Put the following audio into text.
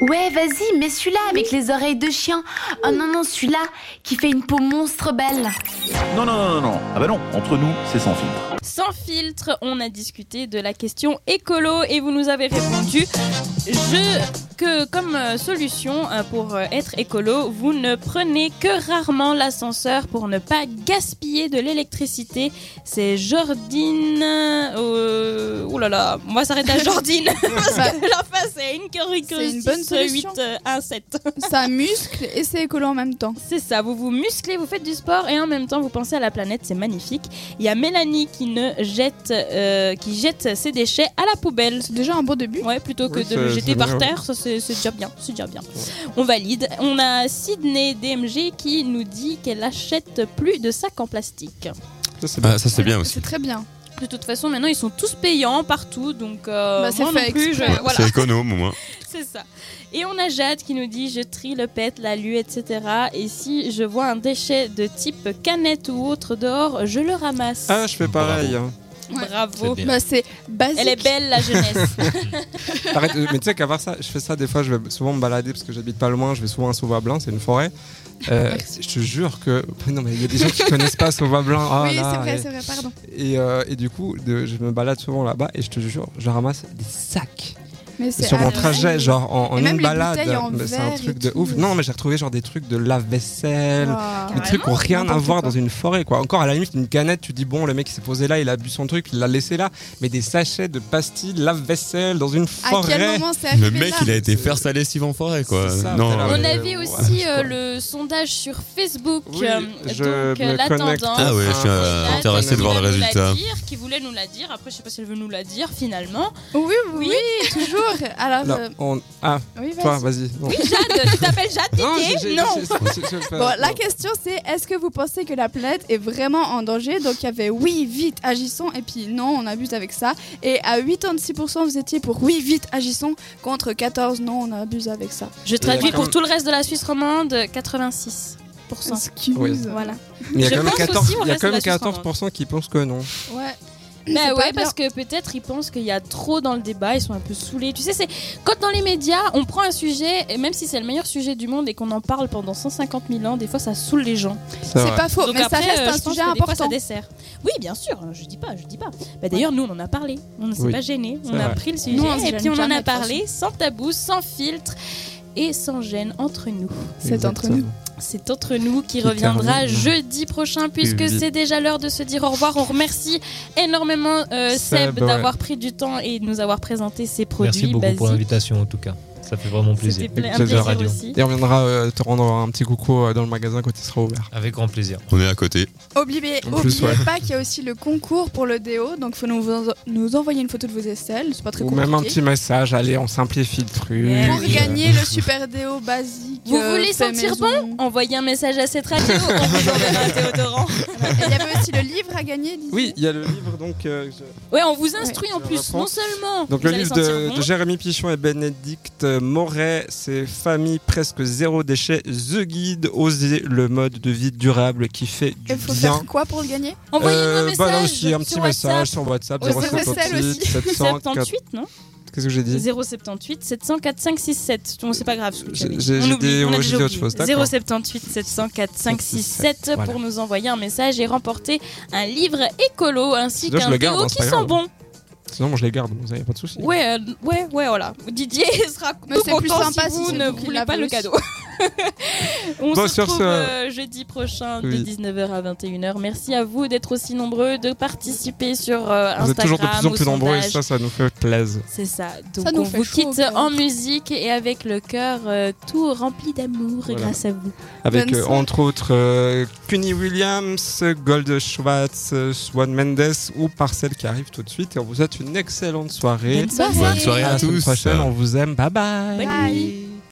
Ouais, vas-y, mets celui-là avec les oreilles de chien. Oh non, non, celui-là qui fait une peau monstre belle. Non, non, non, non, non. Ah bah non, entre nous, c'est sans filtre. Sans filtre, on a discuté de la question écolo et vous nous avez répondu je, que comme euh, solution euh, pour euh, être écolo, vous ne prenez que rarement l'ascenseur pour ne pas gaspiller de l'électricité. C'est Jordine. euh, Ouh là là, moi ça s'arrête à Jordine parce Bah, que la face est une curricule. C'est une bonne solution. 8, euh, 1, 7. Ça muscle et c'est écolo en même temps. C'est ça, vous vous musclez, vous faites du sport et en même temps vous pensez à la planète, c'est magnifique. Il y a Mélanie qui ne jette, euh, qui jette ses déchets à la poubelle. C'est déjà un bon début. Ouais, plutôt que Oui, de le c'est- jeter c'est par bien. terre, ça c'est c'est déjà bien, c'est déjà bien. On valide. On a Sydney DMG qui nous dit qu'elle achète plus de sacs en plastique. Ça, c'est Ah, ça c'est bien aussi. C'est très bien. De toute façon, maintenant ils sont tous payants partout, donc euh, Bah, c'est moi non fait plus, exprès. je- voilà. C'est économe au moins. C'est ça. Et on a Jade qui nous dit je trie le pet, la lue, etc. Et si je vois un déchet de type canette ou autre dehors, je le ramasse. Ah, je fais pareil. hein. Bravo. C'est bien. Bah, c'est basique. Elle est belle la jeunesse. Arrête, euh, mais tu sais qu'à part ça, je fais ça des fois, je vais souvent me balader parce que j'habite pas loin, je vais souvent à Sauvablin, c'est une forêt. Ah, Euh, je te jure que. Non, mais il y a des gens qui connaissent pas Sauvablin. Ah, oui, là, c'est vrai, et- c'est vrai, pardon. Et, euh, et du coup, de- je me balade souvent là-bas et je te jure, je ramasse des sacs. Mais Et c'est sur mon adorable. trajet, genre en, en Et même une les balade. bouteilles en mais c'est un verre et truc de tout. ouf. Non, mais j'ai retrouvé genre des trucs de lave-vaisselle. Waouh. Des trucs qui ont rien à N'importe voir quoi. dans une forêt, quoi. Encore à la limite, une canette, tu dis, bon, le mec il s'est posé là, il a bu son truc, il l'a laissé là. Mais des sachets de pastilles, lave-vaisselle dans une À forêt. quel moment c'est Le arrivé mec, là il a été faire sa lessive en forêt, quoi. C'est ça, non. t'es là, on mais- avait ouais, aussi je euh, crois. le sondage sur Facebook. Oui, euh, je donc euh, me la connecte. tendance. Ah ouais, je suis euh, Jade intéressé de qui voir le va nous la résultat. dire, qui voulait nous la dire. Après, je sais pas si elle veut nous la dire finalement. Oui, oui, oui, toujours. Alors, Là, euh, on- Ah, oui, vas-y. toi, vas-y. Non. Jade, tu t'appelles Jade Non, j'ai- Didier j'ai- Non. j'ai- j'ai- j'ai- j'ai- Bon, la non. question c'est est-ce que vous pensez que la planète est vraiment en danger Donc il y avait oui, vite, agissons, et puis non, on abuse avec ça. Et à 86%, vous étiez pour oui, vite, agissons, contre 14, non, on abuse avec ça. Je traduis D'accord. pour tout le reste de la Suisse romande 86%. Excuse. Oui. Voilà. Mais il y a je quand même pense aussi, 14 on il y a reste quand même là-dessus, 14% qui pensent que non. Ouais. Bah ouais, parce que peut-être ils pensent qu'il y a trop dans le débat, ils sont un peu saoulés. Tu sais, c'est quand dans les médias, on prend un sujet, et même si c'est le meilleur sujet du monde et qu'on en parle pendant 150 000 ans, des fois ça saoule les gens. C'est pas faux, Donc mais après, ça reste euh, je pense un sujet que des fois, important. ça dessert. Oui, bien sûr, hein, je dis pas, je dis pas. Bah d'ailleurs, nous on en a parlé, on ne s'est Oui. pas gêné, on C'est a vrai. pris le sujet Nous, on se et gêne puis on en jamais, a de toute parlé sans tabou, sans filtre et sans gêne entre nous. C'est entre nous. C'est entre nous qui Qui reviendra termine. jeudi prochain puisque Jeudi. c'est déjà l'heure de se dire au revoir. On remercie énormément euh, Seb Seb, ouais. d'avoir pris du temps et de nous avoir présenté ses produits. Merci beaucoup pour basiques. l'invitation en tout cas. Ça fait vraiment plaisir. C'était pla- un Plaisir plaisir radio. aussi. Et on viendra euh, te rendre un petit coucou euh, dans le magasin quand il sera ouvert. Avec grand plaisir. On est à côté. Oubliez, En plus, oubliez ouais. pas qu'il y a aussi le concours pour le déo, donc faut nous, nous envoyer une photo de vos aisselles, c'est pas très Ou compliqué. même un petit message, allez, on simplifie le truc. Pour gagner le super déo basique. Vous euh, voulez fait sentir maison. Envoyez un message à cette radio. On vous enverra un déodorant. Il y avait aussi le livre à gagner, Lizzie. Oui, il y a le livre donc. euh, je- Ouais, on vous instruit en Je plus, reprends. non seulement. Donc vous le allez livre sentir de, bon, de Jérémy Pichon et Bénédicte Moret, c'est Famille presque zéro déchet, The Guide, oser le mode de vie durable qui fait du Il faut bien. faire quoi pour le gagner Envoyez-nous un Euh, message. bah là aussi, un sur petit WhatsApp. message sur WhatsApp Au 058 704. 78, non Qu'est-ce que j'ai dit 078 704 567. Bon, c'est pas grave. ce que tu J'ai- avais. j'ai- On j'ai oublie, dit- on a j'ai déjà dit autre oublié. chose, d'accord. 078 704 567 Voilà. pour nous envoyer un message et remporter un livre écolo ainsi Sinon, je qu'un le garde, déo hein, qui c'est pas sent grave. bon. Sinon, moi je les garde, vous n'avez pas de soucis. Ouais, euh, ouais, ouais, voilà. Didier sera Mais tout c'est plus content sympa si si vous c'est ne vous qui voulez l'avez pas le aussi. cadeau. On Bon, se sur retrouve ce- euh, jeudi prochain de Oui. 19h à 21h. Merci à vous d'être aussi nombreux, de participer sur euh, Instagram. Vous êtes toujours de plus en au plus nombreux et sondage. ça, ça nous fait plaisir. C'est ça. Donc Ça nous on fait vous chaud au quitte cœur. en musique et avec le cœur euh, tout rempli d'amour Voilà. grâce à vous. Avec Bonne euh, soirée. entre autres euh, Cuny Williams, Gold Schwartz, euh, Swan Mendes ou Parcelle qui arrive tout de suite. Et on vous souhaite une excellente soirée. Bonne soirée. Bonne soirée Et à à la semaine tous. prochaine, on vous aime. Bye bye. Bonne Bye. nuit.